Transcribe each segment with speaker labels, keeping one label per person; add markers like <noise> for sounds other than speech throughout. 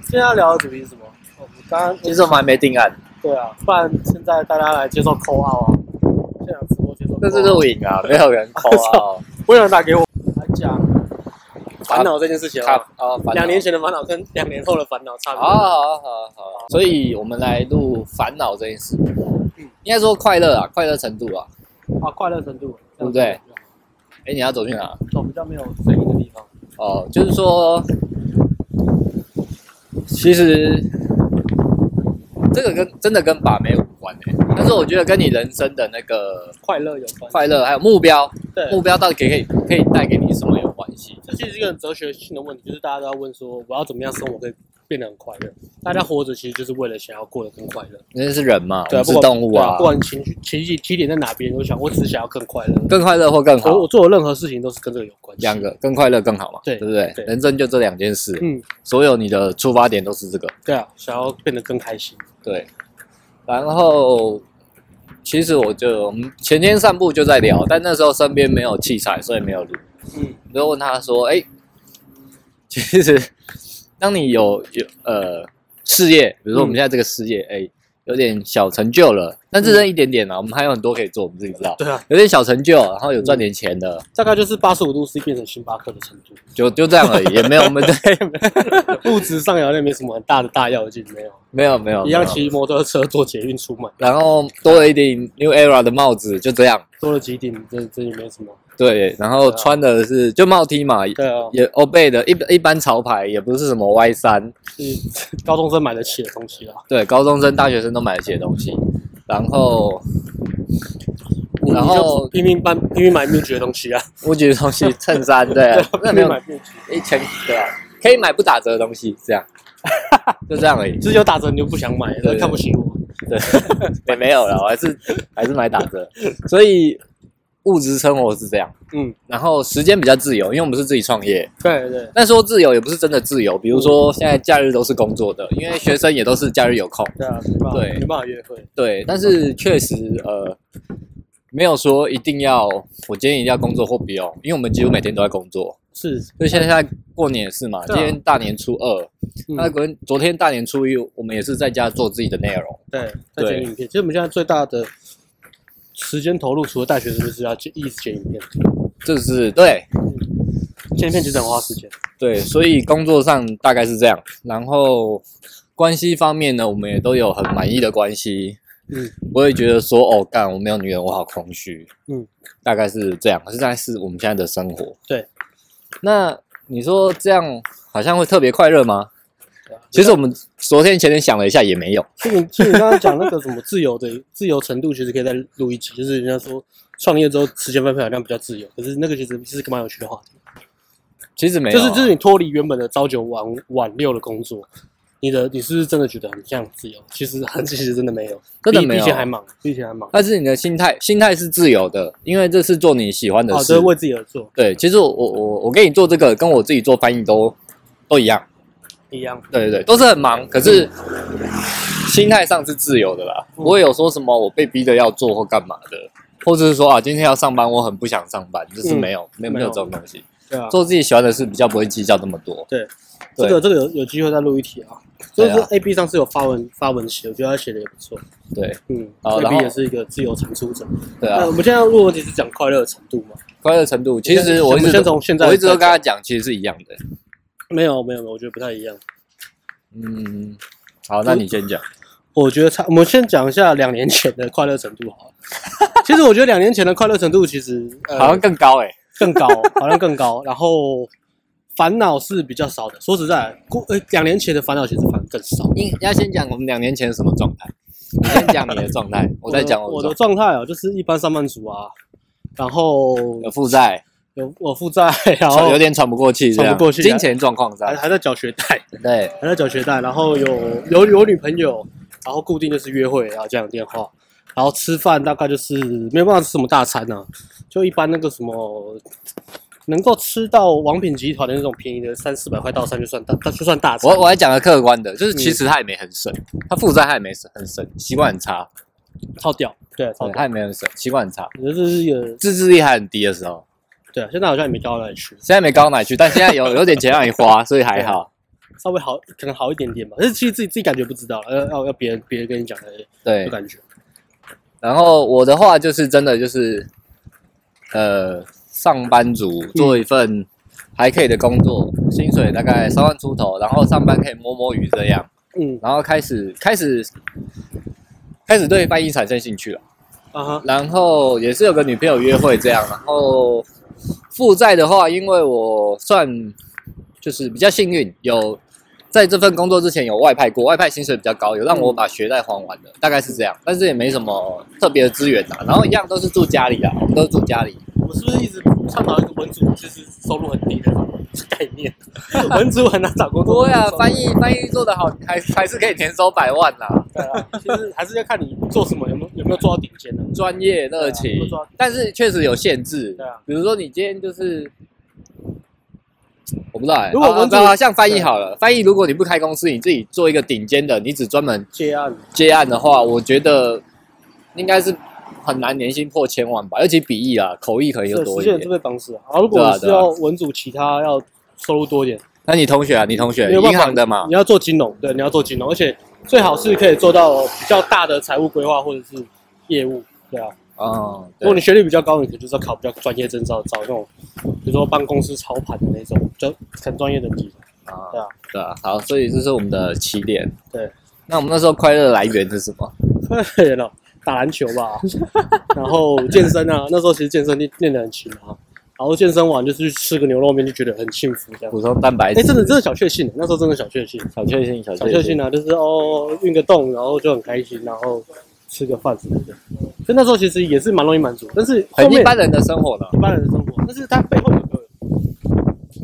Speaker 1: 今天要聊的主题是什么？哦我们刚刚
Speaker 2: 其实我们还没定案，
Speaker 1: 对啊，不然现在大家来接受扣号啊，现场直播接受。
Speaker 2: 这是录影啊，没有人扣啊。 <laughs>
Speaker 1: 不有人打给我来讲烦恼这件事情
Speaker 2: 他
Speaker 1: 啊，
Speaker 2: 啊，烦恼
Speaker 1: 两年前的烦恼跟两年后的烦恼差
Speaker 2: 好
Speaker 1: 别。
Speaker 2: 好好好，所以我们来录烦恼这件事
Speaker 1: 嗯，
Speaker 2: 应该说快乐啊，快乐程度啊。
Speaker 1: 啊，快乐程度，
Speaker 2: 对不对？哎，你要走去哪？
Speaker 1: 走比较没有声音的地方。
Speaker 2: 哦，就是说，其实这个跟真的跟把妹无关诶、但是我觉得跟你人生的那个
Speaker 1: 快乐有关，
Speaker 2: 快乐还有目标，
Speaker 1: 对，
Speaker 2: 目标到底可以可以带给你什么有关系？
Speaker 1: 这其实是一个很哲学性的问题，就是大家都要问说，我要怎么样生活可以变得很快乐？大家活着其实就是为了想要过得更快乐。
Speaker 2: 因为是人嘛，
Speaker 1: 对
Speaker 2: 我
Speaker 1: 啊，
Speaker 2: 们
Speaker 1: 不
Speaker 2: 是
Speaker 1: 管
Speaker 2: 动物
Speaker 1: 对啊
Speaker 2: 啊
Speaker 1: 不，管情绪情绪起点在哪边，我想我只想要更快乐。
Speaker 2: 更快乐或更好
Speaker 1: 哦我，我做的任何事情都是跟这个有关系。
Speaker 2: 两个更快乐更好嘛，
Speaker 1: 对
Speaker 2: 不对？
Speaker 1: 对
Speaker 2: 人生就这两件事，
Speaker 1: 嗯，
Speaker 2: 所有你的出发点都是这个，
Speaker 1: 对啊，想要变得更开心。
Speaker 2: 对。然后，其实我就我们前天散步就在聊，但那时候身边没有器材，所以没有录。
Speaker 1: 嗯，
Speaker 2: 我就问他说：“哎、其实当你有有呃事业，比如说我们
Speaker 1: 嗯
Speaker 2: 现在这个事业，哎、有点小成就了，但是这一点点啊，我们还有很多可以做，我们自己知道。
Speaker 1: 对啊，
Speaker 2: 有点小成就，然后有赚点钱的，
Speaker 1: 大概就是八十五度 C 变成星巴克的程度，
Speaker 2: 就就这样而已，也没有我们 <laughs> 对，
Speaker 1: 物质上好像没什么很大的大跃进，没有，
Speaker 2: 没有没有
Speaker 1: 一样
Speaker 2: 没有
Speaker 1: 骑摩托车坐捷运出门，
Speaker 2: 然后多了一顶 New Era 的帽子，就这样。
Speaker 1: 多了几顶，这这也没什么。
Speaker 2: 对，然后
Speaker 1: 对啊
Speaker 2: 穿的是就帽 T 嘛，
Speaker 1: 对啊，
Speaker 2: 也欧贝的一一般潮牌，也不是什么 Y 三。
Speaker 1: 是 <laughs> 高中生买得起的东西啊啦。
Speaker 2: 对，高中生、大学生都买得起的东西。然后
Speaker 1: 你
Speaker 2: 然
Speaker 1: 你就
Speaker 2: 后
Speaker 1: 拼命搬拼命买 m u 的东西啊，
Speaker 2: 我举的东西，衬 <laughs> 衫，对啊，那
Speaker 1: 拼
Speaker 2: 没
Speaker 1: 命
Speaker 2: 有
Speaker 1: 买 m u
Speaker 2: 一千，对啊，可以买不打折的东西，这样，就这样而已。
Speaker 1: 就是有打折你就不想买，
Speaker 2: 对
Speaker 1: 都看不起我。
Speaker 2: 对，也没有了，我还是 <laughs> 还是买打折。所以物质生活是这样，
Speaker 1: 嗯，
Speaker 2: 然后时间比较自由，因为我们是自己创业。
Speaker 1: 对对，
Speaker 2: 但说自由也不是真的自由，比如
Speaker 1: 嗯
Speaker 2: 说现在假日都是工作的，因为学生也都是假日有空。
Speaker 1: 对啊，没办法，
Speaker 2: 对
Speaker 1: 没办法约会。
Speaker 2: 对，但
Speaker 1: 嗯
Speaker 2: 是确实呃，没有说一定要我今天一定要工作或不用，因为我们几乎每天都在工作。
Speaker 1: 是，
Speaker 2: 所以现在现在过年也是嘛，
Speaker 1: 对
Speaker 2: 今
Speaker 1: 啊
Speaker 2: 天大年初二，那
Speaker 1: 嗯，
Speaker 2: 昨天昨天大年初一，我们也是在家做自己的内容。
Speaker 1: 对，在
Speaker 2: 对
Speaker 1: 剪影片。其实我们现在最大的时间投入，除了带学生，就是要剪一直剪影片。
Speaker 2: 这是对
Speaker 1: 剪影片其实很花时间。
Speaker 2: 对，所以工作上大概是这样。然后关系方面呢，我们也都有很满意的关系。
Speaker 1: 嗯，
Speaker 2: 我也觉得说，哦，干，我没有女人，我好空虚。
Speaker 1: 嗯，
Speaker 2: 大概是这样，现在是我们现在的生活。
Speaker 1: 对，
Speaker 2: 那你说这样好像会特别快乐吗？
Speaker 1: 啊
Speaker 2: 其实我们昨天前天想了一下，也没有。
Speaker 1: 其实你其实你刚刚讲那个什么自由的自由程度，其实可以再录一集。就是人家说创业之后时间分配好像比较自由，可是那个其实是个蛮有趣的话题。
Speaker 2: 其实没有
Speaker 1: 就
Speaker 2: 啊，
Speaker 1: 是就是你脱离原本的朝九晚五晚六的工作，你的你是不是真的觉得很像自由？其实很其实真的没有，
Speaker 2: 真的
Speaker 1: 比
Speaker 2: 没有
Speaker 1: 比以
Speaker 2: 啊
Speaker 1: 前还忙，比以前还忙。
Speaker 2: 但是你的心态，心态是自由的，因为这是做你喜欢的
Speaker 1: 哦，
Speaker 2: 事。
Speaker 1: 这是为自己而做，
Speaker 2: 对，其实我我我我跟你做这个，跟我自己做翻译都都一样。
Speaker 1: 一样。
Speaker 2: 对对对，都是很
Speaker 1: 嗯
Speaker 2: 忙，可是心态上是自由的啦，
Speaker 1: 嗯
Speaker 2: 不会有说什么我被逼的要做或干嘛的，或者是说啊今天要上班，我很不想上班，就是
Speaker 1: 嗯
Speaker 2: 没有、没有
Speaker 1: 没有
Speaker 2: 没有这种东西。
Speaker 1: 对啊，
Speaker 2: 做自己喜欢的事，比较不会计较那么多。
Speaker 1: 对，这
Speaker 2: 对
Speaker 1: 个这个有有机会再录一题啊。所以
Speaker 2: 对啊
Speaker 1: 说 A B 上次有发文发文写，我觉得他写的也不错。
Speaker 2: 对
Speaker 1: 嗯
Speaker 2: 好
Speaker 1: ，A
Speaker 2: 哦然后
Speaker 1: B 也是一个自由产出者。
Speaker 2: 对
Speaker 1: 那
Speaker 2: 啊
Speaker 1: 我，们现在录的问题是讲快乐的程度嘛？
Speaker 2: 快乐程度其实
Speaker 1: 先
Speaker 2: 我一
Speaker 1: 们
Speaker 2: 直
Speaker 1: 先
Speaker 2: 都
Speaker 1: 从现在
Speaker 2: 我一直都跟
Speaker 1: 再
Speaker 2: 他讲，其实是一样的。
Speaker 1: 没有没有，没有我觉得不太一样。
Speaker 2: 嗯，好，那你先讲。
Speaker 1: 我觉得差，我们先讲一下两年前的快乐程度好了。其实我觉得两年前的快乐程度其实呃
Speaker 2: 好像更高哎、
Speaker 1: 更高，好像更高。然后烦恼是比较少的。说实在，过呃两年前的烦恼其实反而更少。
Speaker 2: 你要先讲我们两年前是什么状态？你先讲你的状态，我再讲
Speaker 1: 我
Speaker 2: 我
Speaker 1: 的
Speaker 2: 的
Speaker 1: 我的
Speaker 2: 状
Speaker 1: 状态啊，就是一般上班族啊，然后
Speaker 2: 有负债，
Speaker 1: 有我负债，然后
Speaker 2: 喘 <laughs> 有点喘不过气，这样
Speaker 1: 喘不过气啊
Speaker 2: 金钱状况
Speaker 1: 还
Speaker 2: 上，
Speaker 1: 还在缴学贷，
Speaker 2: 对，
Speaker 1: 还在缴学贷，然后有有有女朋友，然后固定就是约会，然啊后这样电话，然后吃饭大概就是没有办法吃什么大餐啊，就一般那个什么能够吃到王品集团的那种便宜的三四百块套餐就算大，就算大餐。
Speaker 2: 我我还讲个客观的，就是其实他也没很省，他负债他也没很省，习惯很差，
Speaker 1: 超屌，对，超屌。
Speaker 2: 对，他也没很省，习惯很差，
Speaker 1: 我觉得这是一个
Speaker 2: 自制力还很低的时候，
Speaker 1: 对啊，现在好像也没高到哪里去，
Speaker 2: 现在没高到哪里去，但现在有有点钱让你花，所以还好，
Speaker 1: 稍微好，可能好一点点吧。但是其实自己自己感觉不知道了，要要要别人别人跟你讲的
Speaker 2: 对，
Speaker 1: 感觉。
Speaker 2: 然后我的话就是真的就是，呃，上班族做一份还可以的工作，薪水大概三万出头，然后上班可以摸摸鱼这样，
Speaker 1: 嗯
Speaker 2: 然后开始开始开始对翻译产生兴趣了，
Speaker 1: 啊哈，
Speaker 2: 然后也是有个女朋友约会这样，然后负债的话，因为我算就是比较幸运，有在这份工作之前有外派过，外派薪水比较高，有让我把学贷还完的，大概是这样，但是也没什么特别的资源呐、然后一样都是住家里啊，我们都是住家里，
Speaker 1: 我是不是一直倡导一个文组就是收入很低的概
Speaker 2: <laughs>
Speaker 1: 念？文组很难找工作。
Speaker 2: 对啊，
Speaker 1: 文组收入
Speaker 2: 翻译翻译做得好，还还是可以年收百万呐、
Speaker 1: 对啊，其实还是要看你做什么，有没有有没有做到顶尖的。
Speaker 2: 专业热情
Speaker 1: 对啊不错，
Speaker 2: 但是确实有限制
Speaker 1: 对啊。
Speaker 2: 比如说你今天就是，我不知道哎、
Speaker 1: 如果
Speaker 2: 啊
Speaker 1: 文组
Speaker 2: 啊啊像翻译好了，翻译如果你不开公司，你自己做一个顶尖的，你只专门
Speaker 1: 接案
Speaker 2: 接案的话，我觉得应该是很难年薪破千万吧，尤其笔译啊，口译可能又
Speaker 1: 对，
Speaker 2: 多
Speaker 1: 实
Speaker 2: 一
Speaker 1: 现这
Speaker 2: 点。
Speaker 1: 份方式啊。然后如果你是
Speaker 2: 对啊对啊
Speaker 1: 要文组，其他要收入多一点，
Speaker 2: 那你同学啊，你同学
Speaker 1: 没有办
Speaker 2: 银
Speaker 1: 法
Speaker 2: 行的嘛
Speaker 1: 你，要做金融，对，你要做金融，而且最好是可以做到比较大的财务规划或者是业务，对啊。
Speaker 2: 哦，
Speaker 1: 如果你
Speaker 2: 对，
Speaker 1: 学历比较高，你可能就是要考比较专业证照，找那种比如说帮公司操盘的那种，就很专业的技能。
Speaker 2: 啊
Speaker 1: 对啊，
Speaker 2: 对啊，好，所以这是我们的起点。
Speaker 1: 对，
Speaker 2: 那我们那时候快乐的来源是什么？
Speaker 1: <laughs> 对了，打篮球吧， <laughs> 然后健身啊，那时候其实健身练练得很勤啊，然后健身完就是去吃个牛肉面就觉得很幸福这样。
Speaker 2: 补充蛋白
Speaker 1: 哎、
Speaker 2: 质。
Speaker 1: 真的真的小确幸，那时候真的小确幸，
Speaker 2: 小确幸，小
Speaker 1: 小确幸啊，就是哦运个动，然后就很开心，然后吃个饭什么的。所以那时候其实也是蛮容易满足，但是后
Speaker 2: 很
Speaker 1: 面
Speaker 2: 一般人的生活呢。
Speaker 1: 一般人的生活，但是它背后有个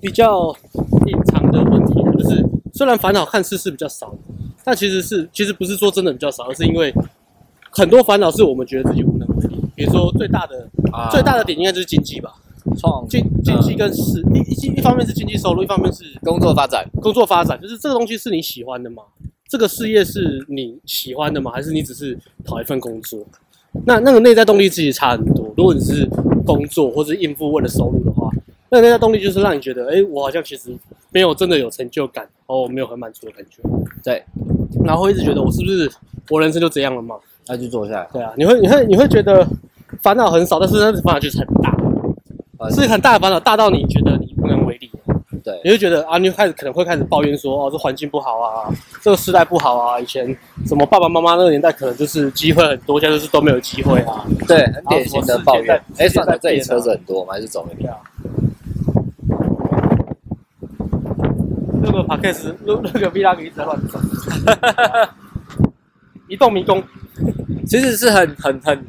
Speaker 1: 比较隐藏的问题啊，就是虽然烦恼看似是比较少，但其实是其实不是说真的比较少，而是因为很多烦恼是我们觉得自己无能为力。比如说最大的、
Speaker 2: 啊
Speaker 1: 最大的点应该就是经济吧，
Speaker 2: 创
Speaker 1: 经经济跟是一一一方面是经济收入，一方面是
Speaker 2: 工作发展，
Speaker 1: 工作发展，就是这个东西是你喜欢的吗？这个事业是你喜欢的吗？还是你只是讨一份工作？那那个内在动力其实差很多。如果你是工作或是应付为了收入的话，那个内在动力就是让你觉得，哎、我好像其实没有真的有成就感，哦，我没有很满足的感觉，
Speaker 2: 对，
Speaker 1: 然后会一直觉得我是不是我人生就这样了嘛？
Speaker 2: 那就坐下来。
Speaker 1: 对啊，你会你会你会觉得烦恼很少，但是那烦恼就是很大，
Speaker 2: 啊
Speaker 1: 是很大的烦恼，大到你觉得你无能为力。
Speaker 2: 对，
Speaker 1: 你就觉得啊，你就开始可能会开始抱怨说，哦，这环境不好啊，这个时代不好啊，以前什么爸爸妈妈那个年代可能就是机会很多，现在就是都没有机会啊。
Speaker 2: 对，很典型的抱
Speaker 1: 然
Speaker 2: 怨
Speaker 1: 后什么世界。在
Speaker 2: 哎，算了，
Speaker 1: 世界在
Speaker 2: 这里
Speaker 1: 变啊
Speaker 2: 车子很多，我们还是走一遍。
Speaker 1: 对啊。那个 podcast 录那个 vlog 一直在乱走， <laughs> 移动迷宫。
Speaker 2: 其实是很很很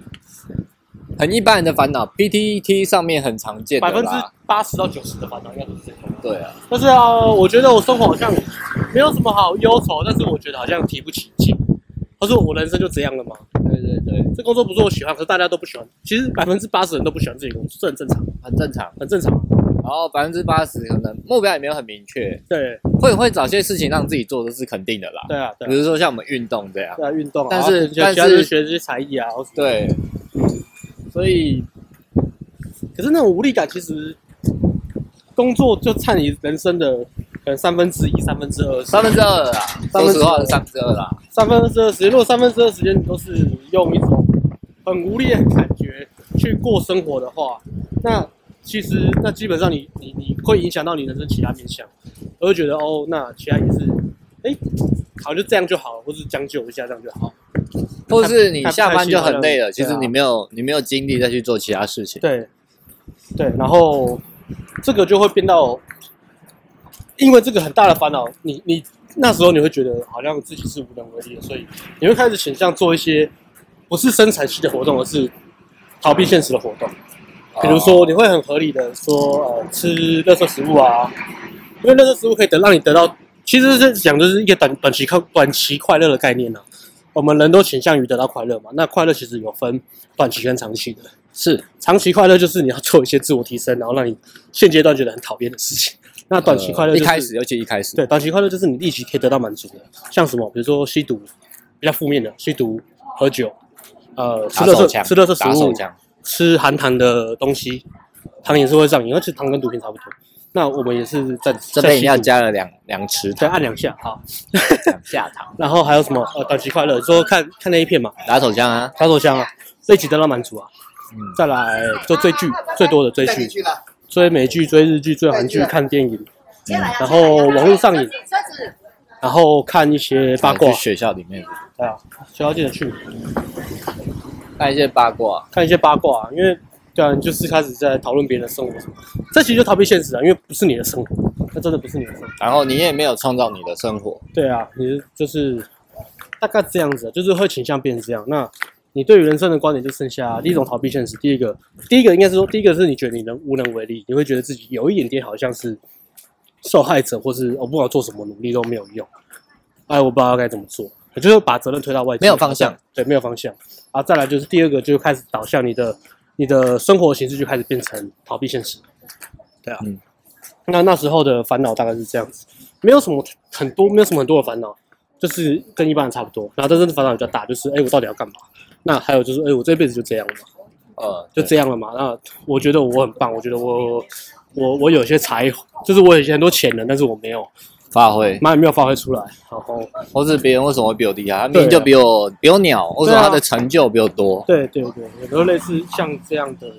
Speaker 2: 很一般人的烦恼，PTT 上面很常见
Speaker 1: 百
Speaker 2: 的
Speaker 1: 分之
Speaker 2: 啦。
Speaker 1: 八十到九十的烦恼应该都是这种。
Speaker 2: 对啊，
Speaker 1: 但是啊，我觉得我生活好像没有什么好忧愁，但是我觉得好像提不起劲。他说我人生就这样了吗？
Speaker 2: 对对对，
Speaker 1: 这工作不是我喜欢，可是大家都不喜欢。其实百分之八十人都不喜欢自己工作，这很正常，
Speaker 2: 很正常。
Speaker 1: 很正常。
Speaker 2: 然后百分之八十可能目标也没有很明确，
Speaker 1: 对，
Speaker 2: 会会找些事情让自己做，这是肯定的啦。
Speaker 1: 对啊，对
Speaker 2: 比
Speaker 1: 啊，
Speaker 2: 如说像我们运动这样。
Speaker 1: 对啊，运动啊。
Speaker 2: 但
Speaker 1: 然后
Speaker 2: 是
Speaker 1: 其他
Speaker 2: 但是
Speaker 1: 其他就是学这些才艺啊，或什么。
Speaker 2: 对，所以
Speaker 1: 可是那种无力感，其实工作就占你人生的可能三分之一、三分之二、
Speaker 2: 三分之二啦，
Speaker 1: 分
Speaker 2: 说
Speaker 1: 之
Speaker 2: 实话
Speaker 1: 二
Speaker 2: 是三分之二啦。
Speaker 1: 三分之二时间。如果三分之二时间你都是用一种很无力的感觉去过生活的话，那其实那基本上你你你会影响到你人生其他面向。我就觉得哦，那其他也是，哎、好就这样就好了，或是将就一下这样就好。
Speaker 2: 或是你
Speaker 1: 看不
Speaker 2: 下班就很累
Speaker 1: 看
Speaker 2: 了，啊
Speaker 1: 不太
Speaker 2: 其
Speaker 1: 习惯
Speaker 2: 实你没有你没有精力再去做其他事情。
Speaker 1: 对，对，然后这个就会变到，因为这个很大的烦恼，你你那时候你会觉得好像自己是无能为力的，所以你会开始倾向做一些不是生产性的活动，而是逃避现实的活动。比如说，你会很合理的说，呃，吃垃圾食物啊，因为垃圾食物可以得让你得到，其实是讲就是一个短短期快短期快乐的概念呢、啊。我们人都倾向于得到快乐嘛，那快乐其实有分短期跟长期的。
Speaker 2: 是
Speaker 1: 长期快乐就是你要做一些自我提升，然后让你现阶段觉得很讨厌的事情。那短期快乐、
Speaker 2: 呃
Speaker 1: 就是
Speaker 2: 一开始，尤其一开始，
Speaker 1: 对，短期快乐就是你立即可以得到满足的，像什么，比如说吸毒，比较负面的，吸毒、喝酒，呃，吃
Speaker 2: 打
Speaker 1: 垃圾、
Speaker 2: 手枪，
Speaker 1: 吃垃
Speaker 2: 打
Speaker 1: 圾食
Speaker 2: 手
Speaker 1: 物，
Speaker 2: 枪，
Speaker 1: 吃含糖的东西，糖也是会上瘾，而且糖跟毒品差不多。那我们也是在
Speaker 2: 这
Speaker 1: 在
Speaker 2: 杯饮
Speaker 1: 辛
Speaker 2: 料
Speaker 1: 苦
Speaker 2: 加了两两匙
Speaker 1: 再
Speaker 2: 糖，
Speaker 1: 按两下，好。
Speaker 2: 两下糖，
Speaker 1: 然后还有什么？呃，短期快乐，说看看那一片嘛，
Speaker 2: 打手枪啊，
Speaker 1: 打手枪啊，这集得到满足啊。
Speaker 2: 嗯
Speaker 1: 再来就追剧最多的追
Speaker 3: 带你
Speaker 1: 剧，
Speaker 3: 去了，
Speaker 1: 追美剧、追日剧、追韩剧、看电影，
Speaker 4: 然
Speaker 1: 然后嗯网络上瘾，
Speaker 4: 车子
Speaker 1: 然后看一些八卦
Speaker 2: 去，学校里面
Speaker 1: 对啊，学校记得去
Speaker 2: 看一些八卦，
Speaker 1: 看一些八卦、啊，因为对啊，你就是开始在讨论别人的生活什么，这其实就逃避现实啊，因为不是你的生活，那真的不是你的生活。
Speaker 2: 然后你也没有创造你的生活，
Speaker 1: 对啊，你是就是大概这样子啊，就是会倾向变成这样。那你对于人生的观点就剩下第一种逃避现实，第一个，第一个应该是说，第一个是你觉得你能无能为力，你会觉得自己有一点点好像是受害者，或是我、不管做什么努力都没有用，哎，我不知道该怎么做，我就是把责任推到外界，
Speaker 2: 没有方向，
Speaker 1: 对，没有方向啊。再来就是第二个，就开始导向你的你的生活形式就开始变成逃避现实，对啊，
Speaker 2: 嗯
Speaker 1: 那那时候的烦恼大概是这样子。没有什么很多，没有什么很多的烦恼，就是跟一般人差不多。然后但是烦恼比较大，就是哎、我到底要干嘛？那还有就是哎、我这辈子就这样了嘛，
Speaker 2: 呃，
Speaker 1: 就这样了嘛。那我觉得我很棒，我觉得我我我有些才，就是我有些很多潜能，但是我没有，
Speaker 2: 发挥，
Speaker 1: 妈也没有发挥出来。然后
Speaker 2: 或是别人为什么会比我厉害？他明
Speaker 1: 对啊
Speaker 2: 明就比我比我鸟，为什
Speaker 1: 对
Speaker 2: 么
Speaker 1: 啊
Speaker 2: 他的成就比我多？
Speaker 1: 对对对，有时候类似像这样的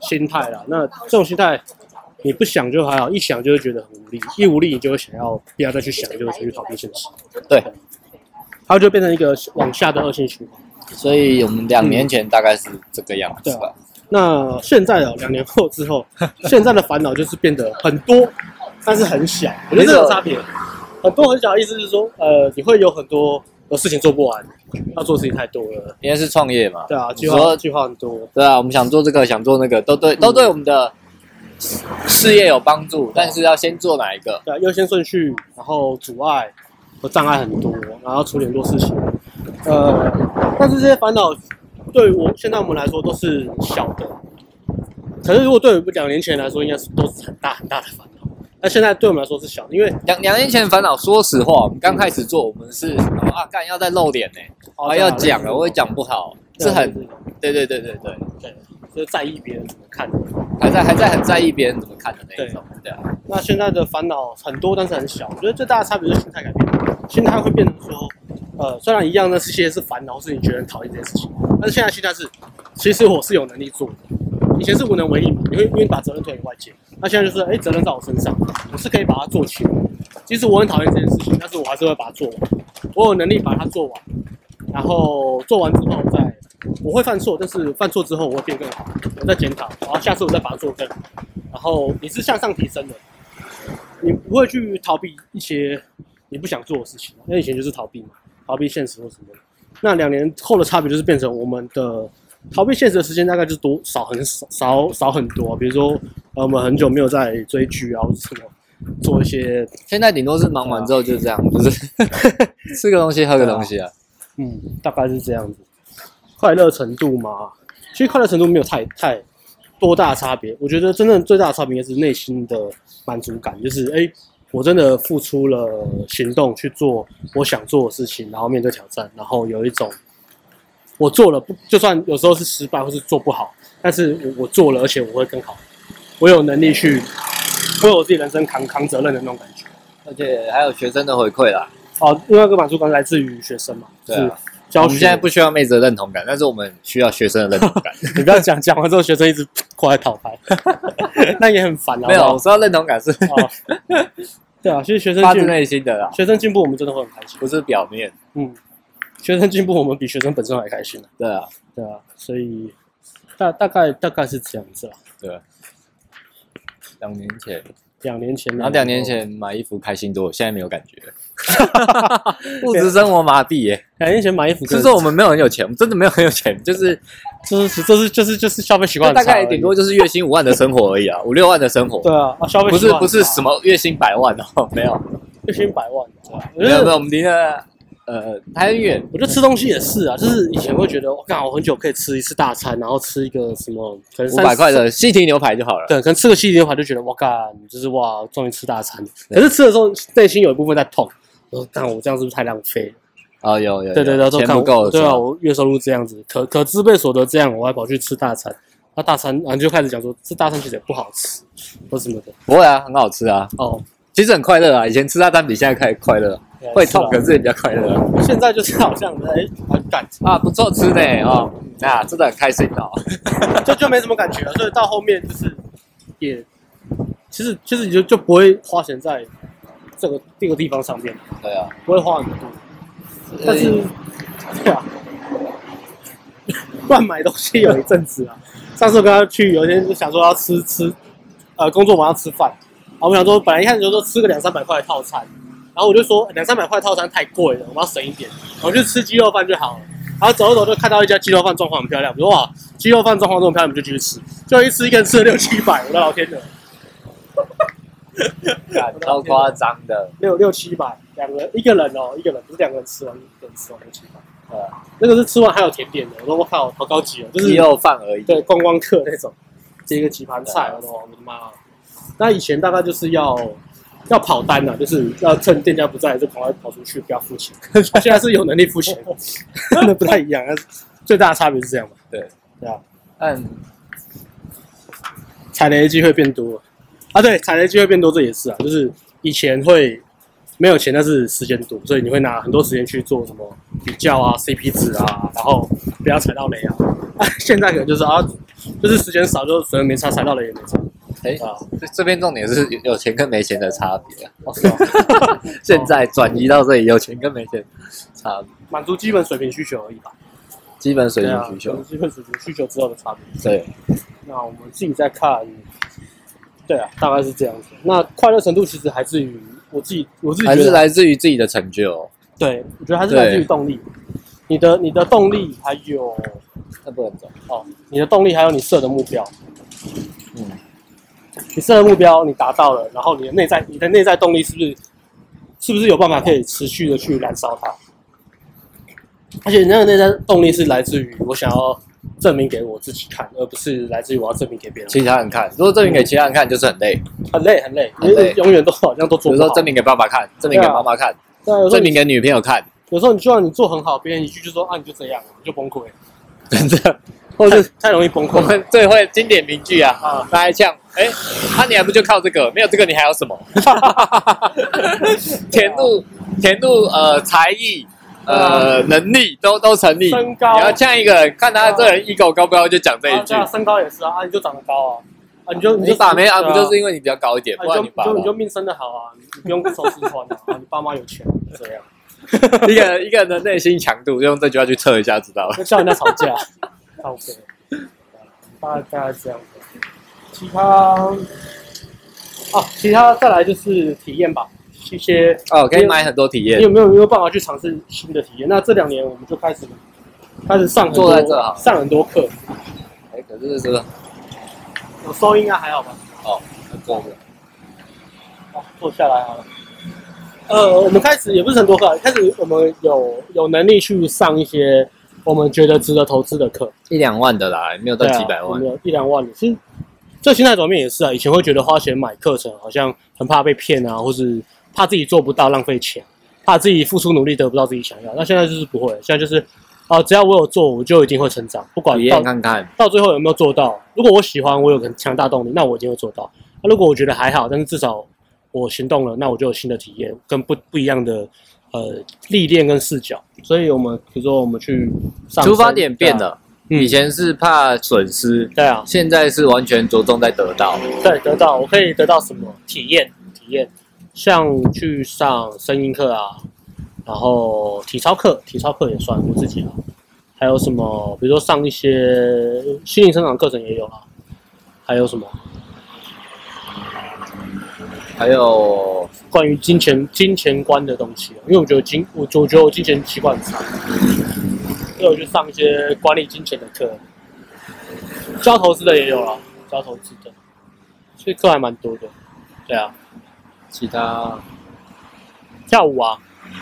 Speaker 1: 心态啦。那这种心态。你不想就还好，一想就会觉得很无力，一无力你就会想要不要再去想，就会去逃避现实，
Speaker 2: 对，
Speaker 1: 它就变成一个往下的恶性循环。
Speaker 2: 所以我们
Speaker 1: 嗯
Speaker 2: 两年前大概是这个样子
Speaker 1: 啊
Speaker 2: 吧。
Speaker 1: 那现在哦，两年后之
Speaker 2: <laughs>
Speaker 1: 后，现在的烦恼就是变得很多，但是很小。我觉得这有差别。很多很小的意思是说，呃，你会有很多有事情做不完，要做的事情太多了。
Speaker 2: 因为是创业嘛，
Speaker 1: 对啊，
Speaker 2: 你
Speaker 1: 计划
Speaker 2: 说
Speaker 1: 计划很多。
Speaker 2: 对啊，我们想做这个，想做那个，都对，都对我们的事业有帮助，但是要先做哪一个？
Speaker 1: 对啊，优先顺序，然后阻碍和障碍很多，然后处理很多事情。呃，但是这些烦恼对我现在我们来说都是小的，可是如果对我们两年前来说，应该是都是很大很大的烦恼。那现在对我们来说是小的，因为
Speaker 2: 两两年前的烦恼，说实话，我们刚开始做，我们是啊，干要再露脸呢、
Speaker 1: 哦
Speaker 2: 啊，
Speaker 1: 对啊
Speaker 2: 要讲了，我也讲不好，是很，对啊对对对对，
Speaker 1: 对，啊就是在意别人怎么看。
Speaker 2: 还在还在很在意别人怎么看的那一种，对啊，
Speaker 1: 那现在的烦恼很多，但是很小。我觉得最大的差别就是心态改变，心态会变成说，呃，虽然一样的这些是烦恼，是你觉得很讨厌这件事情，但是现在心态是，其实我是有能力做的。以前是无能为力嘛，你会因为把责任推给外界，那现在就是，哎、责任在我身上，我是可以把它做起来。即使我很讨厌这件事情，但是我还是会把它做完，我有能力把它做完。然后做完之后再，我会犯错，但是犯错之后我会变更好，我再检讨，然后下次我再把它做更好。然后你是向上提升的，你不会去逃避一些你不想做的事情，因为以前就是逃避嘛，逃避现实或什么的。那两年后的差别就是变成我们的逃避现实的时间大概就是多少很少少少很多，比如说呃我们很久没有在追剧啊，或者什么做一些
Speaker 2: 现在顶多是忙完之后就这样， <laughs> 就是吃个东西喝个东西啊，
Speaker 1: 嗯，大概是这样子。快乐程度嘛，其实快乐程度没有太太多大的差别。我觉得真正最大的差别应该是内心的满足感，就是哎、诶我真的付出了行动去做我想做的事情，然后面对挑战，然后有一种我做了不，就算有时候是失败或是做不好，但是我我做了，而且我会更好，我有能力去为我自己人生扛扛责任的那种感觉。
Speaker 2: 而且还有学生的回馈啦。
Speaker 1: 好，另外一个满足感来自于学生嘛，就
Speaker 2: 对啊
Speaker 1: 是教学。
Speaker 2: 我们现在不需要妹子的认同感，但是我们需要学生的认同 <laughs> 感。
Speaker 1: <laughs> 你不要讲，讲完之后学生一直过来讨牌， <laughs> 那也很烦啊。
Speaker 2: 没有，
Speaker 1: 好
Speaker 2: 我说认同感是
Speaker 1: 不好哦对啊，其实学生
Speaker 2: 发自
Speaker 1: 进
Speaker 2: 内心的啦，
Speaker 1: 学生进步，我们真的会很开心。
Speaker 2: 不是表面。
Speaker 1: 嗯，学生进步，我们比学生本身还开心呢、
Speaker 2: 对啊，
Speaker 1: 对啊，所以大大概大概是这样子啦。
Speaker 2: 对啊。两年前，
Speaker 1: 两年前，
Speaker 2: 然后啊两年
Speaker 1: 后，
Speaker 2: 前买衣服开心多，现在没有
Speaker 1: <laughs>
Speaker 2: 感觉。物质生活麻痹耶，
Speaker 1: 两年前买衣服真
Speaker 2: 是
Speaker 1: 的，
Speaker 2: 说我们没有很有钱，我们真的没有很有钱，
Speaker 1: <laughs>
Speaker 2: 就是
Speaker 1: 就是就是就是就是消费习惯很
Speaker 2: 大
Speaker 1: 差而
Speaker 2: 概
Speaker 1: 已，
Speaker 2: 顶多就是月薪五万的生活而已啊，五六万的生活，
Speaker 1: 对啊，啊消费
Speaker 2: 不是不是什
Speaker 1: 什
Speaker 2: 么月薪百万哦， <laughs> 没有
Speaker 1: 月薪百万，对啊，我
Speaker 2: 没
Speaker 1: 觉
Speaker 2: 有没
Speaker 1: 得
Speaker 2: 有，我们离得呃还很远，
Speaker 1: 我觉得吃东西也是啊，就是以前会觉得，我靠，我很久可以吃一次大餐，然后吃一个什么，可能
Speaker 2: 五
Speaker 1: 30
Speaker 2: 百块的西提牛排就好了。
Speaker 1: 对，可能吃个西点的话，就觉得哇干，就是哇，终于吃大餐。可是吃的时候，内心有一部分在痛，我说干，我这样是不是太浪费了？
Speaker 2: 哦，有有有，
Speaker 1: 对对对，都
Speaker 2: 钱
Speaker 1: 看
Speaker 2: 不够
Speaker 1: 我
Speaker 2: 了，
Speaker 1: 对
Speaker 2: 是
Speaker 1: 啊，
Speaker 2: 吧
Speaker 1: 我月收入这样子，可可支配所得这样，我还跑去吃大餐，那大餐啊，你就开始讲说这大餐其实也不好吃，或什么的。
Speaker 2: 不会啊，很好吃啊，
Speaker 1: 哦，
Speaker 2: 其实很快乐啊。以前吃大餐比现在快快乐，会痛可是也比较快乐
Speaker 1: 啊
Speaker 2: 啊。
Speaker 1: 现在就是好像哎，很感
Speaker 2: 啊不错吃呢哦，啊，真的很开心哦。
Speaker 1: 就就没什么感觉了，所以到后面就是也，其实其实你就就不会花钱在这个这个地方上面，
Speaker 2: 对啊，哎
Speaker 1: 不会花很多，但是对啊， <laughs> 乱买东西有一阵子啊。上次我跟他去，有一天就想说要吃吃，呃，工作晚上吃饭，然后我想说本来一开始就说吃个两三百块的套餐，然后我就说两三百块套餐太贵了，我们要省一点，我们就吃鸡肉饭就好了。然后走一走就看到一家鸡肉饭，状况很漂亮，我说哇，鸡肉饭状况这么漂亮，我们就继续吃，就一吃一个人吃了六七百，我的老天呐，
Speaker 2: 干超夸张的，
Speaker 1: 六六七百，两个人一个人哦，一个人不是两个人吃完，一个人吃完六七百，
Speaker 2: 呃，
Speaker 1: 那个是吃完还有甜点的，我说我靠，好高级哦，就是
Speaker 2: 鸡肉饭而已。
Speaker 1: 对观光客那种，接一个棋盘菜，我的我的妈！哦那以前大概就是要要跑单呐、啊就是要趁店家不在就赶快跑出去，不要付钱。现在是有能力付钱，那不太一样。但是最大的差别是这样嘛？
Speaker 2: 对
Speaker 1: 对啊，
Speaker 2: 嗯，
Speaker 1: 踩雷的机会变多了啊！对，踩雷的机会变多，这也是啊，就是以前会没有钱，但是时间多，所以你会拿很多时间去做什么比较啊、CP 值啊，然后不要踩到雷啊。 <laughs> 啊现在可能就是啊，就是时间少，就随便没差，踩到雷也没差。
Speaker 2: 哎，
Speaker 1: 啊，
Speaker 2: 这这边重点是有有钱跟没钱的差别啊。
Speaker 1: 哦
Speaker 2: <laughs> 现在转移到这里，有钱跟没钱差别
Speaker 1: 满足基本水平需求而已吧。
Speaker 2: 基本水
Speaker 1: 对
Speaker 2: 平
Speaker 1: 啊，
Speaker 2: 需
Speaker 1: 满
Speaker 2: 求。
Speaker 1: 足基本水平需求之后的差别。
Speaker 2: 对，
Speaker 1: 那我们自己再看，对啊，大概是这样子。那快乐程度其实还是于我自己，我自己
Speaker 2: 还
Speaker 1: 觉
Speaker 2: 是
Speaker 1: 得，
Speaker 2: 来自于自己的成就。
Speaker 1: 对我觉得还是来自于
Speaker 2: 对
Speaker 1: 动力。你的你的动力还有
Speaker 2: 那不能走。
Speaker 1: 哦，你的动力还有你设的目标，
Speaker 2: 嗯，
Speaker 1: 你设的目标你达到了，然后你的内在你的内在动力是不是是不是有办法可以持续的去燃烧它？而且你那个内在动力是来自于我想要证明给我自己看，而不是来自于我要证明给别人看。
Speaker 2: 其他人看，如果证明给其他人看，就是很累。
Speaker 1: 很累很累，
Speaker 2: 很累
Speaker 1: 因为永远都好像都
Speaker 2: 比
Speaker 1: 做
Speaker 2: 如
Speaker 1: 不好
Speaker 2: 说。证明给爸爸看，证明给妈妈看，
Speaker 1: 对啊，有时候
Speaker 2: 证明
Speaker 1: 你
Speaker 2: 给女朋友看，
Speaker 1: 有时候你就算你做很好，别人一句就说啊你就这样，你就崩溃，
Speaker 2: 真的。
Speaker 1: 或
Speaker 2: 或者是
Speaker 1: 太容易崩
Speaker 2: <laughs> 我
Speaker 1: 溃了。
Speaker 2: 们最会经典名句啊，
Speaker 1: 啊，
Speaker 2: 拿来呛，哎，那你还不就靠这个？没有这个你还有什么？ <laughs>
Speaker 1: 啊
Speaker 2: 甜度、甜度、呃，才艺、呃，能力都都成立。
Speaker 1: 啊身
Speaker 2: 你
Speaker 1: 高
Speaker 2: 要呛一个人，看他这人 ego 高不高，就讲这一
Speaker 1: 啊
Speaker 2: 句
Speaker 1: 对。啊，身高也是啊，啊你就长得高啊，啊你就你
Speaker 2: 你
Speaker 1: 就
Speaker 2: 把妹啊，
Speaker 1: 对
Speaker 2: 不就是因为你比较高一点，不
Speaker 1: 啊
Speaker 2: 然
Speaker 1: 你
Speaker 2: 你
Speaker 1: 就
Speaker 2: 把
Speaker 1: 就你就命生的好啊，你不用愁吃穿啊，啊你爸妈有钱这样，
Speaker 2: <laughs> 一个一个人的内心强度，就用这句话去测一下，知
Speaker 1: <laughs>
Speaker 2: 道了。
Speaker 1: 就叫人家吵架，靠背，大概大概这样子。其他啊，其他再来就是体验吧，一些
Speaker 2: 哦，可以买很多体验
Speaker 1: 你。有没有有没有办法去尝试新的体验？那这两年我们就开始开始上很
Speaker 2: 坐
Speaker 1: 多
Speaker 2: 在这啊好
Speaker 1: 上很多课，
Speaker 2: 哎，可是这是
Speaker 1: 有收音啊，还好吧？
Speaker 2: 哦，够了。
Speaker 1: 哦，坐下来好了。呃，我们开始也不是很多课，开始我们有有能力去上一些我们觉得值得投资的课，
Speaker 2: 一两万的啦，没有到
Speaker 1: 对啊
Speaker 2: 几百万
Speaker 1: 有没。有一两万的。其实这心态转变也是啊，以前会觉得花钱买课程好像很怕被骗啊，或是怕自己做不到浪费钱，怕自己付出努力得不到自己想要。那现在就是不会，现在就是啊、只要我有做，我就一定会成长，不管
Speaker 2: 体
Speaker 1: 到
Speaker 2: 验看看，
Speaker 1: 到最后有没有做到？如果我喜欢，我有很强大动力，那我一定会做到。那如果我觉得还好，但是至少我行动了，那我就有新的体验，跟不不一样的呃历练跟视角。所以我们比如说我们去上山
Speaker 2: 出发点变，了。
Speaker 1: 嗯
Speaker 2: 以前是怕损失，
Speaker 1: 对啊，
Speaker 2: 现在是完全着重在得到。
Speaker 1: 对，啊得到我可以得到什么体验？体验像去上声音课啊，然后体操课，体操课也算我自己啊。还有什么？比如说上一些心灵成长课程也有啊。还有什么？
Speaker 2: 还有
Speaker 1: 关于金钱金钱观的东西，啊因为我觉得金我我觉得我金钱习惯很差，所以我就上一些管理金钱的课，教投资的也有啦，教投资的，所以课还蛮多的。对啊，
Speaker 2: 其他
Speaker 1: 跳舞啊，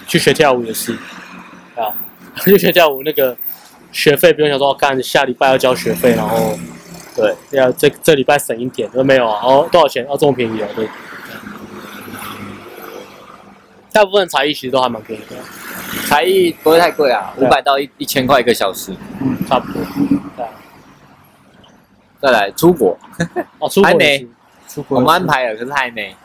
Speaker 1: 去学跳舞也是，对啊， <laughs> 去学跳舞那个学费不用想说，干下礼拜要交学费，然后对，要这这礼拜省一点，都没有啊，哦，多少钱？哦，这么便宜哦，对。大部分才艺其实都还蛮便宜的，
Speaker 2: 才艺不会太贵啊，
Speaker 1: 对
Speaker 2: 五
Speaker 1: 啊
Speaker 2: 百到一一千块一个小时。
Speaker 1: 差不多。对啊，
Speaker 2: 再来出国，
Speaker 1: 哦，出国
Speaker 2: 还
Speaker 1: 也
Speaker 2: 没
Speaker 1: 是出国
Speaker 2: 我
Speaker 1: 也是
Speaker 2: 们安排了，可是还没，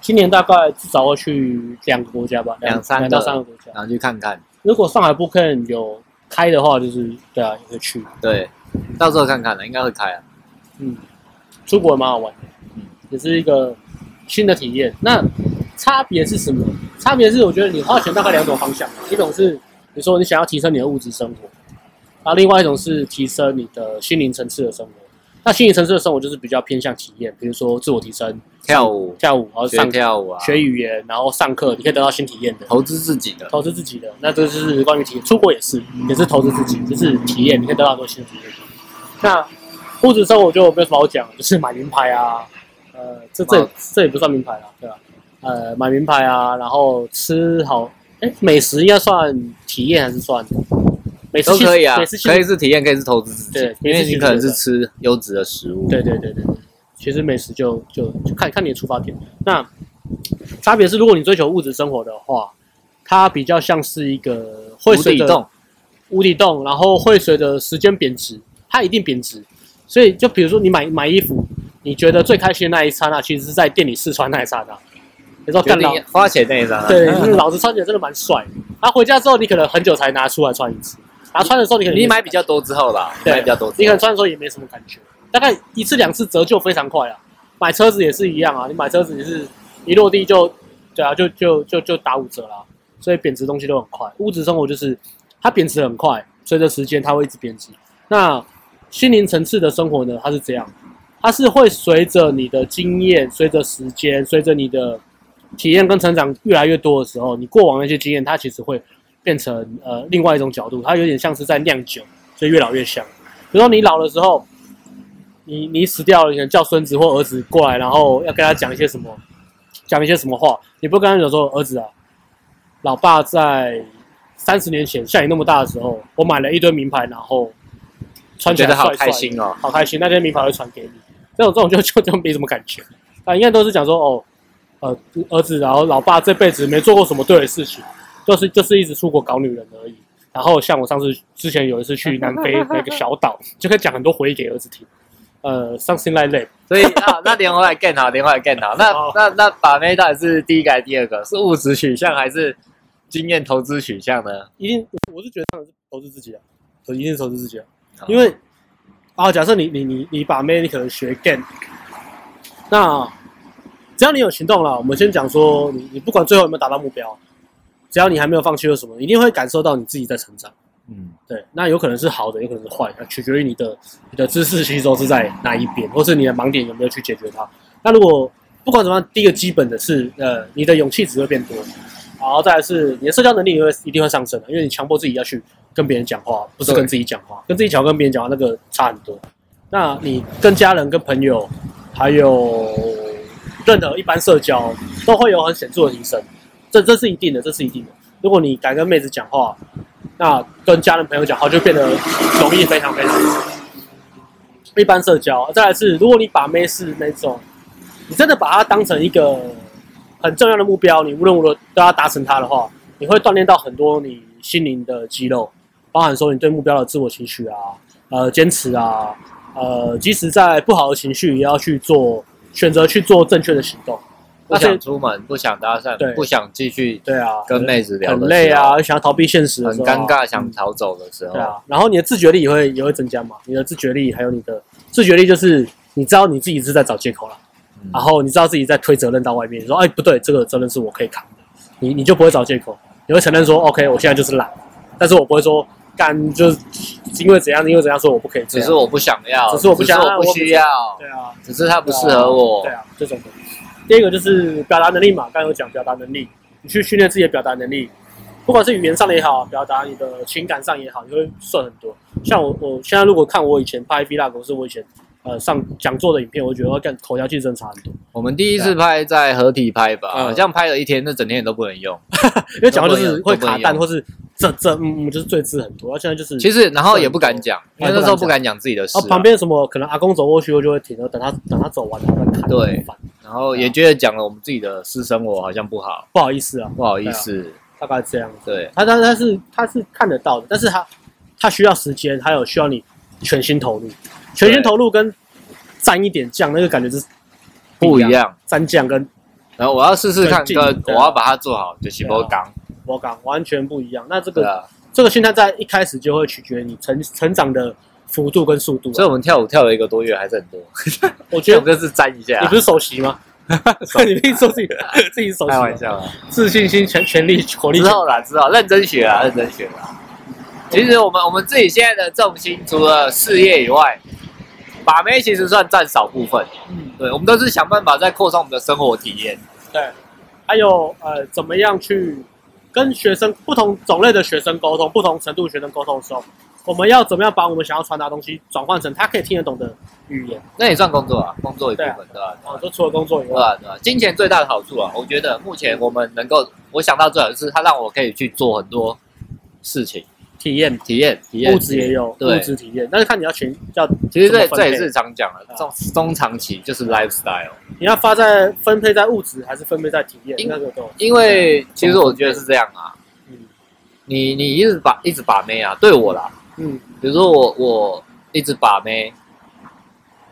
Speaker 1: 今年大概至少会去两个国家吧，
Speaker 2: 两三个
Speaker 1: 到三个国家。
Speaker 2: 然后去看看。
Speaker 1: 如果上海 b o o k n 有开的话，就是对啊，也可以去。
Speaker 2: 对，到时候看看了，应该会开啊。
Speaker 1: 嗯，出国也蛮好玩的，
Speaker 2: 嗯
Speaker 1: 也是一个新的体验。那差别是什么？差别是我觉得你花钱大概两种方向，一种是你说你想要提升你的物质生活，然后另外一种是提升你的心灵层次的生活。那心灵层次的生活就是比较偏向体验，比如说自我提升、
Speaker 2: 跳舞，
Speaker 1: 跳舞，然后
Speaker 2: 学
Speaker 1: 上
Speaker 2: 跳舞啊，
Speaker 1: 学语言，然后上课，你可以得到新体验的。
Speaker 2: 投资自己的。
Speaker 1: 投资自己的，那这就是关于体验。出国也是，也是投资自己，就是体验，你可以得到很多新的体验。那物质生活就没有什么好讲，就是买名牌啊，呃，这这也
Speaker 2: 买
Speaker 1: 这也不算名牌啦，对吧、呃，买名牌啊，然后吃好，哎，美食应该算体验还是算美食
Speaker 2: 都
Speaker 1: 其实
Speaker 2: 可以啊
Speaker 1: 美食，其
Speaker 2: 可以
Speaker 1: 实
Speaker 2: 是体验，可以是投资自己
Speaker 1: 对，
Speaker 2: 因为你可能
Speaker 1: 其
Speaker 2: 是
Speaker 1: 实
Speaker 2: 吃优质的食物。
Speaker 1: 对对对对，对其实美食就就就看看你的出发点。那差别是，如果你追求物质生活的话，它比较像是一个会
Speaker 2: 无
Speaker 1: 随
Speaker 2: 底
Speaker 1: 着
Speaker 2: 洞，
Speaker 1: 无底洞，然后会随着时间贬值，它一定贬值。所以就比如说你买买衣服，你觉得最开心的那一刹那，其实是在店里试穿那一刹那。你说
Speaker 2: 决
Speaker 1: 干
Speaker 2: 定
Speaker 1: 老，
Speaker 2: 花钱那一张啊。
Speaker 1: 对，就是老子穿起来真的蛮帅的。然后回家之后，你可能很久才拿出来穿一次，然后穿的时候你可能
Speaker 2: 你买比较多之后啦，
Speaker 1: 对
Speaker 2: 买比较多之后，
Speaker 1: 你可能穿的时候也没什么感觉，大概一次两次折旧非常快啊。买车子也是一样啊，你买车子也是一落地就，对啊，就就就就打五折啦。所以贬值东西都很快，物质生活就是它贬值很快，随着时间它会一直贬值。那心灵层次的生活呢，它是这样，它是会随着你的经验、随着时间、随着你的体验跟成长越来越多的时候，你过往那些经验，它其实会变成呃另外一种角度，它有点像是在酿酒，所以越老越香。比如说你老的时候，你你死掉了，你可能叫孙子或儿子过来，然后要跟他讲一些什么，讲一些什么话，你不跟他讲说儿子啊，老爸在三十年前像你那么大的时候，我买了一堆名牌，然后穿起来
Speaker 2: 觉得好
Speaker 1: 帅帅的
Speaker 2: 开心哦
Speaker 1: 好开心，那些名牌会传给你。这种这种就就就没什么感觉啊，应该都是讲说哦，呃，儿子，然后老爸这辈子没做过什么对的事情，就是就是一直出国搞女人而已。然后像我上次之前有一次去南非那个小岛，就可以讲很多回忆给儿子听，呃，something like that。
Speaker 2: 所以啊，那连回来更好，连回来更好。那
Speaker 1: 哦
Speaker 2: 那那把妹到底是第一个还是第二个？是物质取向还是经验投资取向呢？
Speaker 1: 一定，我是觉得他们是投资自己啊，投一定是投资自己啊，
Speaker 2: 好
Speaker 1: 因为啊，假设你你你你把妹，你可能学 game，那只要你有行动了，我们先讲说，你你不管最后有没有达到目标，只要你还没有放弃或什么，你一定会感受到你自己在成长。
Speaker 2: 嗯，
Speaker 1: 对，那有可能是好的，有可能是坏的，取决于你的你的知识吸收是在哪一边，或是你的盲点有没有去解决它。那如果不管怎么样，第一个基本的是，呃，你的勇气只会变多，然后再来是你的社交能力也会一定会上升的，因为你强迫自己要去跟别人讲话，不是
Speaker 2: 对
Speaker 1: 跟自己讲话，跟自己讲话跟别人讲话那个差很多。那你跟家人、跟朋友，还有任何一般社交，都会有很显著的提升，这这是一定的，这是一定的。如果你敢跟妹子讲话，那跟家人朋友讲话就变得容易非常非常多。一般社交，再来是，如果你把妹是那种，你真的把它当成一个很重要的目标，你无论如何都要达成它的话，你会锻炼到很多你心灵的肌肉，包含说你对目标的自我期许啊，呃，坚持啊，呃，即使在不好的情绪，也要去做选择去做正确的行动。
Speaker 2: 不
Speaker 1: 那这
Speaker 2: 想出门，不想搭
Speaker 1: 对
Speaker 2: 讪，不想继续
Speaker 1: 对啊，
Speaker 2: 跟妹子聊，
Speaker 1: 很累啊，，想要逃避现实的
Speaker 2: 很
Speaker 1: 时候啊，
Speaker 2: 尴尬，想逃走的时候
Speaker 1: 对，啊，然后你的自觉力也会也会增加嘛，你的自觉力还有你的自觉力就是你知道你自己是在找借口了，
Speaker 2: 嗯
Speaker 1: 然后你知道自己在推责任到外面，你说哎不对，这个责任是我可以扛的，你你就不会找借口，你会承认说 OK 我现在就是懒，但是我不会说干就是因为怎样因为怎样说我不可以这
Speaker 2: 只
Speaker 1: 样，
Speaker 2: 是我不想要，
Speaker 1: 啊只是我不想要
Speaker 2: 只是我不需要，
Speaker 1: 对啊，
Speaker 2: 只是它不适合我
Speaker 1: 对。啊，这种的。第二个就是表达能力嘛，刚刚有讲表达能力，你去训练自己的表达能力，不管是语言上的也好，表达你的情感上也好，你会顺很多。像我，我现在如果看我以前拍 vlog，或是我以前呃上讲座的影片，我觉得我干口条技真的差很多，
Speaker 2: 我们第一次拍在合体拍吧，
Speaker 1: 啊嗯
Speaker 2: 好像拍了一天，那整天也都不能用。
Speaker 1: 因为讲话就是
Speaker 2: 都不
Speaker 1: 会
Speaker 2: 一样
Speaker 1: 卡
Speaker 2: 都
Speaker 1: 蛋，
Speaker 2: 不一样
Speaker 1: 或是这这嗯嗯，就是最字很多。然后现在就是
Speaker 2: 其实，然后也不敢讲，因
Speaker 1: 对
Speaker 2: 为那时候不敢讲自己的事
Speaker 1: 啊
Speaker 2: 啊，
Speaker 1: 旁边什么可能阿公走过去，我就会停了，等他等他走完，然后再看。
Speaker 2: 对
Speaker 1: 很烦，
Speaker 2: 然后
Speaker 1: 啊
Speaker 2: 也觉得讲了我们自己的私生活好像不好，
Speaker 1: 不好意思啊，
Speaker 2: 不好意思。
Speaker 1: 大概这样。
Speaker 2: 对，
Speaker 1: 他他他是他是看得到的，但是他他需要时间，还有需要你全心投入，全心投入跟蘸一点酱，那个感觉是
Speaker 2: 不一，样。
Speaker 1: 蘸酱跟
Speaker 2: 然后我要试试看，
Speaker 1: 更进
Speaker 2: 跟我
Speaker 1: 对啊
Speaker 2: 要把它做好，就是波港，
Speaker 1: 我港完全不一样。那这
Speaker 2: 对
Speaker 1: 个、
Speaker 2: 啊。
Speaker 1: 这个现在在一开始就会取决你成成长的幅度跟速度、
Speaker 2: 所以
Speaker 1: 啊。
Speaker 2: 我们跳舞跳了一个多月，还是很多。
Speaker 1: 我觉
Speaker 2: 这首
Speaker 1: 得
Speaker 2: 歌是沾一下
Speaker 1: 你，不是首席
Speaker 2: <laughs>
Speaker 1: 吗？ <laughs> 你可以说自己自己首席
Speaker 2: 开
Speaker 1: 吗
Speaker 2: 玩，笑啊。
Speaker 1: 自信心全全力火力
Speaker 2: 知道啦，知道，认真学啊，认真学啊。其实我们我们自己现在的重心，除了事业以外，把妹其实算占少部分。
Speaker 1: 嗯
Speaker 2: 对，我们都是想办法在扩充我们的生活体验。
Speaker 1: 对，还有呃，怎么样去跟学生不同种类的学生沟通，不同程度的学生沟通的时候，我们要怎么样把我们想要传达的东西转换成他可以听得懂的语言？
Speaker 2: 那也算工作啊，工作一部分，对吧？
Speaker 1: 啊，就除了工作以
Speaker 2: 对
Speaker 1: 外，
Speaker 2: 吧？对吧？金钱最大的好处啊，我觉得目前我们能够，我想到最好的是它让我可以去做很多事情，
Speaker 1: 体验、
Speaker 2: 体验体验。
Speaker 1: 物质也有，
Speaker 2: 对
Speaker 1: 物质体验，但是看你要全要，
Speaker 2: 其实这
Speaker 1: 怎么分
Speaker 2: 这
Speaker 1: 配
Speaker 2: 也是常讲的，
Speaker 1: 啊
Speaker 2: 中中长期就是 lifestyle。
Speaker 1: 你要发在分配在物质还是分配在体验？
Speaker 2: 因
Speaker 1: 那个都，
Speaker 2: 因为其实我觉得是这样啊，
Speaker 1: 嗯
Speaker 2: 你你一直把一直把妹啊，对我啦，
Speaker 1: 嗯，
Speaker 2: 比如说我我一直把妹，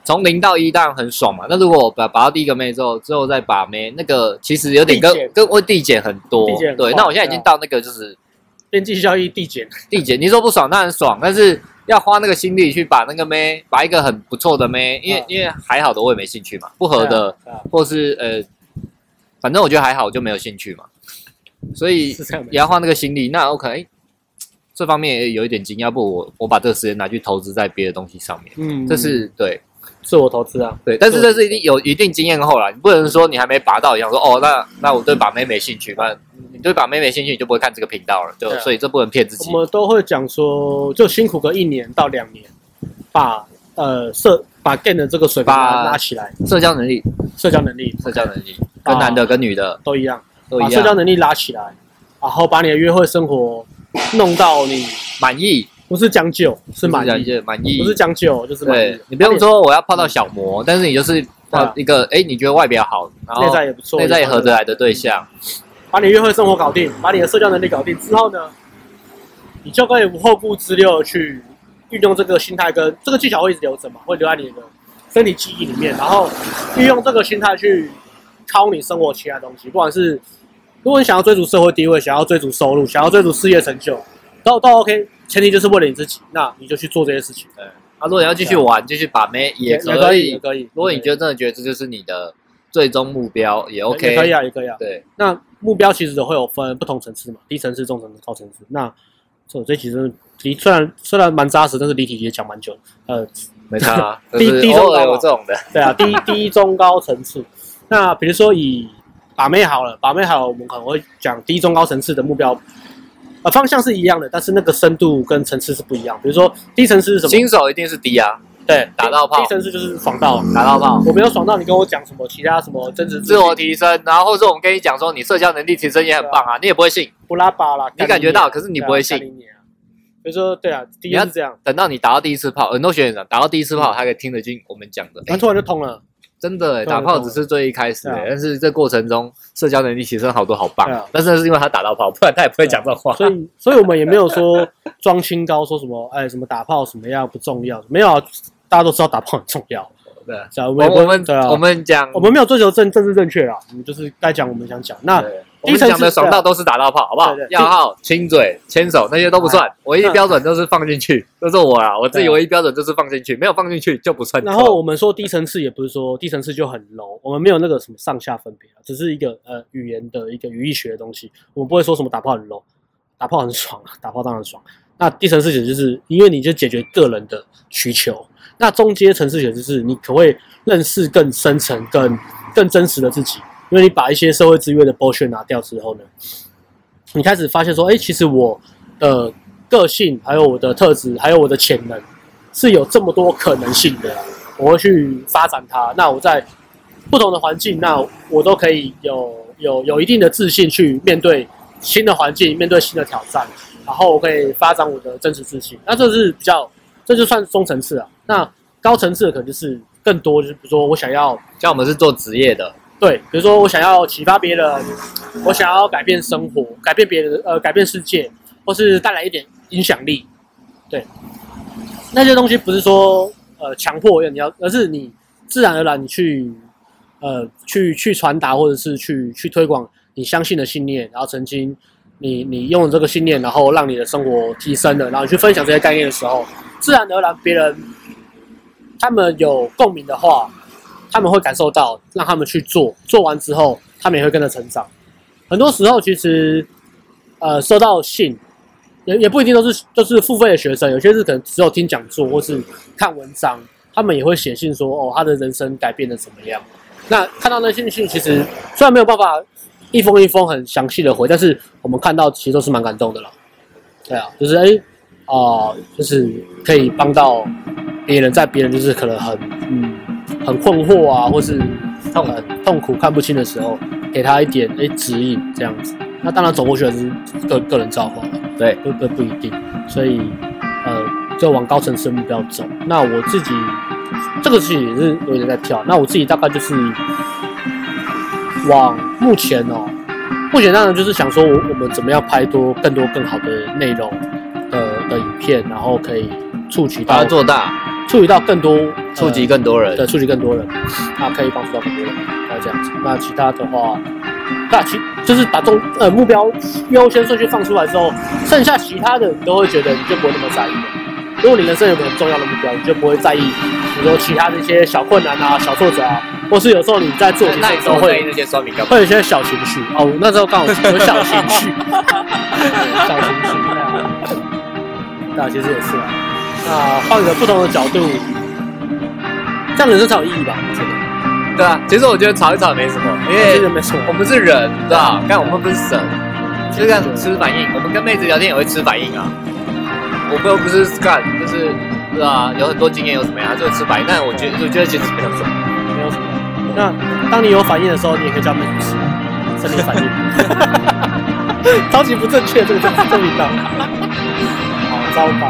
Speaker 2: 从零到一当然很爽嘛。那如果我把把到第一个妹之后，之后再把妹，那个其实有点
Speaker 1: 递减
Speaker 2: 跟跟我递减很多
Speaker 1: 递减很。快
Speaker 2: 对，那我现在已
Speaker 1: 对啊
Speaker 2: 经到那个就是
Speaker 1: 边际效益递减，
Speaker 2: 递减，你说不爽当然爽，但是要花那个心力去把那个妹，把一个很不错的妹，因为、
Speaker 1: 嗯
Speaker 2: 因为还好的我也没兴趣嘛，不合的、
Speaker 1: <laughs> 对啊，
Speaker 2: 或是呃，反正我觉得还好，我就没有兴趣嘛。所
Speaker 1: 对
Speaker 2: 以
Speaker 1: 啊是这样的
Speaker 2: 也，要花那个心力。那 OK，诶哎这方面也有一点经验，要不我我把这个时间拿去投资在别的东西上面，
Speaker 1: 嗯，
Speaker 2: 这是对
Speaker 1: 自我投资啊，
Speaker 2: 对，但是
Speaker 1: 对
Speaker 2: 这是一定有一定经验后啦，你不能说你还没拔到一样说哦，那那我对把妹没兴趣，那你对把妹没兴趣，你就不会看这个频道了，就
Speaker 1: 对啊
Speaker 2: 所以这不能骗自己
Speaker 1: 我。们都会讲说，就辛苦个一年到两年，把呃社把 gain 的这个水平
Speaker 2: 把
Speaker 1: 拉起来，
Speaker 2: 社交能力，
Speaker 1: 社交能力
Speaker 2: 社交能力跟男的跟女的
Speaker 1: 都一啊样，
Speaker 2: 都
Speaker 1: 把
Speaker 2: 一
Speaker 1: 社交
Speaker 2: 样，
Speaker 1: 能力拉起来，然后把你的约会生活弄到你
Speaker 2: 满意
Speaker 1: 不是将就，是满
Speaker 2: 就是
Speaker 1: 意，
Speaker 2: 讲满意
Speaker 1: 不，是将就就是满意
Speaker 2: 对。你不用说我要泡到小模，但是你就是
Speaker 1: 对
Speaker 2: 泡
Speaker 1: 啊
Speaker 2: 一个哎，你觉得外表好，然
Speaker 1: 把啊你内
Speaker 2: 后
Speaker 1: 在也不错，
Speaker 2: 内在也合得来的对象。
Speaker 1: 嗯把你约会生活搞定，把你的社交能力搞定之后呢，你就可以无后顾之忧地去运用这个心态跟这个技巧会一直留着嘛，会留在你的身体记忆里面，然后运用这个心态去操你生活其他东西，不管是如果你想要追逐社会地位，想要追逐收入，想要追逐事业成就，都都 OK，前提就是为了你自己，那你就去做这些事情，
Speaker 2: 啊，如果你要继续玩，继续把妹也可
Speaker 1: 以，也
Speaker 2: 以。
Speaker 1: 可以。
Speaker 2: 如果你觉
Speaker 1: 得
Speaker 2: 得真的觉得这就是你的最终目标，也 OK。
Speaker 1: 也可以啊，也可以啊。
Speaker 2: 对，
Speaker 1: 那目标其实会有分不同层次嘛，低层次、中层次、高层次。那这这其实离虽然虽然蛮扎实，但是离题也讲蛮久。呃，
Speaker 2: 没差
Speaker 1: <laughs>
Speaker 2: 啊。
Speaker 1: 低
Speaker 2: 就是
Speaker 1: 低中
Speaker 2: 偶尔
Speaker 1: 高
Speaker 2: 有
Speaker 1: 嘛
Speaker 2: 这种的，
Speaker 1: 对啊，低 <laughs> 低中高层次。那比如说以把妹好了，把妹好了，我们可能会讲低中高层次的目标，呃，方向是一样的，但是那个深度跟层次是不一样。比如说低层次是什么？
Speaker 2: 新手一定是低啊，
Speaker 1: 对，
Speaker 2: 打到炮
Speaker 1: 低层次就是爽到，
Speaker 2: 打到炮，
Speaker 1: 我没有爽到，你跟我讲什么其他什么增值
Speaker 2: 自我提升，然后或者我们跟你讲说你社交能力提升也很棒啊，你也不会信。
Speaker 1: 不拉巴啦，
Speaker 2: 你感觉到可是你
Speaker 1: 啊
Speaker 2: 不会信
Speaker 1: 比如说，对啊，第一
Speaker 2: 你要
Speaker 1: 是这样，
Speaker 2: 等到你打到第一次炮，很多学员讲打到第一次炮，他可以听得进我们讲的。
Speaker 1: 然后
Speaker 2: 哎
Speaker 1: 嗯突然就通了。
Speaker 2: 真的欸，
Speaker 1: 懂了
Speaker 2: 打炮只是最一开始欸
Speaker 1: 对啊，
Speaker 2: 但是这过程中社交能力提升好多，好棒
Speaker 1: 对啊。啊
Speaker 2: 但是那是因为他打到炮，不然他也不会讲这种话。
Speaker 1: <laughs> 所以，所以我们也没有说装清高，说什么哎什么打炮什么样不重要，没有啊，大家都知道打炮很重要。
Speaker 2: 对啊
Speaker 1: 对啊，我们也不
Speaker 2: 我
Speaker 1: 会
Speaker 2: 我们
Speaker 1: 对啊，
Speaker 2: 我们讲
Speaker 1: 我们没有追求正政治正确啊，我们就是该讲我们想讲。那
Speaker 2: 对我
Speaker 1: 第
Speaker 2: 们
Speaker 1: 三次
Speaker 2: 讲的爽到都是打到炮，好不好
Speaker 1: 啊对？对啊
Speaker 2: 要号、亲嘴、牵手那些都不算，唯一标准就是放进去，这是我啊，我自己
Speaker 1: 对啊
Speaker 2: 唯一标准就是放进去，没有放进去就不算。
Speaker 1: 然后我们说低层次也不是说低层次就很 low，我们没有那个什么上下分别啊，只是一个呃语言的一个语义学的东西，我们不会说什么打炮很 low，打炮很爽啊，打炮当然爽。那低层次解就是因为你就解决个人的需求，那中阶层次解就是你可会认识更深层、更更真实的自己，因为你把一些社会资源的剥削拿掉之后呢，你开始发现说，哎，其实我的个性、还有我的特质、还有我的潜能，是有这么多可能性的啊、我会去发展它。那我在不同的环境，那我都可以有有有一定的自信去面对新的环境，面对新的挑战，然后我可以发展我的真实自信。那这是比较，这就算是中层次啊。那高层次的可能就是更多，就是比如说我想要
Speaker 2: 像我们是做职业的，
Speaker 1: 对，比如说我想要启发别人，我想要改变生活，改变别人，呃，改变世界，或是带来一点影响力，对，那些东西不是说呃强迫要你要，而是你自然而然你去呃去去传达或者是去去推广你相信的信念，然后曾经你你用了这个信念，然后让你的生活提升了，然后你去分享这些概念的时候，自然而然别人他们有共鸣的话，他们会感受到，让他们去做，做完之后他们也会跟着成长。很多时候其实呃收到信。也也不一定都是就是付费的学生，有些是可能只有听讲座或是看文章，他们也会写信说哦，他的人生改变的怎么样。那看到那些信，其实虽然没有办法一封一封很详细的回，但是我们看到其实都是蛮感动的啦。对啊，就是哎啊、就是可以帮到别人，在别人就是可能很嗯很困惑啊，或是痛很痛苦看不清的时候，给他一点哎指引这样子。那当然走过去还是个个人造化了。
Speaker 2: 对，
Speaker 1: 不不不一定，所以呃，就往高层次的目标走。那我自己这个事情也是有点在跳，那我自己大概就是往目前哦，目前当然就是想说我我们怎么样拍多更多更好的内容的的影片，然后可以触及
Speaker 2: 把
Speaker 1: 到
Speaker 2: 它做大，
Speaker 1: 触及到更多
Speaker 2: 触及
Speaker 1: 呃
Speaker 2: 更多人。
Speaker 1: 对，触及更多人，那可以帮助到更多人，那这样子。那其他的话，那其就是把重呃目标优先顺序放出来之后，剩下其他的你都会觉得你就不会那么在意了。如果你人生有个很重要的目标，你就不会在意，比如说其他的一些小困难啊、小挫折啊，或是有时候你在做决
Speaker 2: 那
Speaker 1: 策
Speaker 2: 你
Speaker 1: 的时候
Speaker 2: 都在意
Speaker 1: 会
Speaker 2: 那些酸民干嘛？
Speaker 1: 会有一些小情绪哦。我那时候刚好有小情绪，小情绪对啊，对啊，其实也是啊。那换个不同的角度，这样人生才有意义吧？我觉得。
Speaker 2: 对啊，其实我觉得吵一吵没什么，因
Speaker 1: 这
Speaker 2: 为
Speaker 1: 个没错，
Speaker 2: 我们是人，你知道？但我们不是神，就是这样吃反应。我们跟妹子聊天也会吃反应啊。我们又不是干，就是对啊，有很多经验，有什么呀，就吃反应。但我觉得，我觉得其实没有什么。
Speaker 1: 没有什么。那当你有反应的时候，你也可以叫美女吃，生理反应。超级不正确，这个这个频道，好糟糕。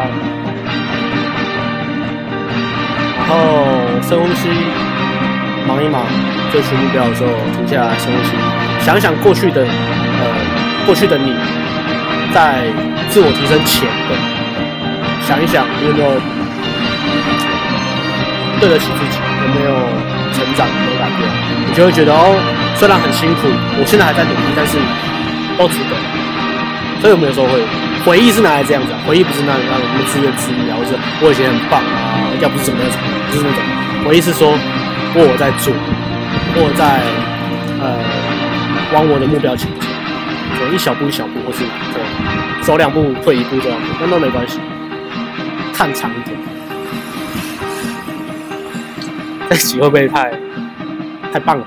Speaker 1: 然后深呼吸，忙一忙，追寻目标的时候停下来深呼吸，想一想过去的，呃，过去的你，在自我提升前的，想一想你有没有对得起自己，有没有成长，有没有改变，你就会觉得哦，虽然很辛苦，我现在还在努力，但是都值得。所以我们有时候会回忆是拿来这样子、啊，回忆不是拿来让我们自怨自艾啊，或者是我以前很棒啊，要不是怎么样怎么样，不是那种回忆是说我有在做，我有在呃往我的目标前进，可能一小步一小步，或是可能走两步退一步这样子，那都没关系，看长一点。 <laughs> 这集会不会太太棒了？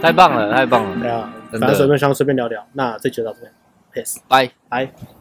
Speaker 2: 太棒了，太棒了，
Speaker 1: 对啊，<laughs>
Speaker 2: 真
Speaker 1: 反
Speaker 2: 的
Speaker 1: 正随便想随便聊聊。那这集就到这边，peace，
Speaker 2: 拜。
Speaker 1: 拜。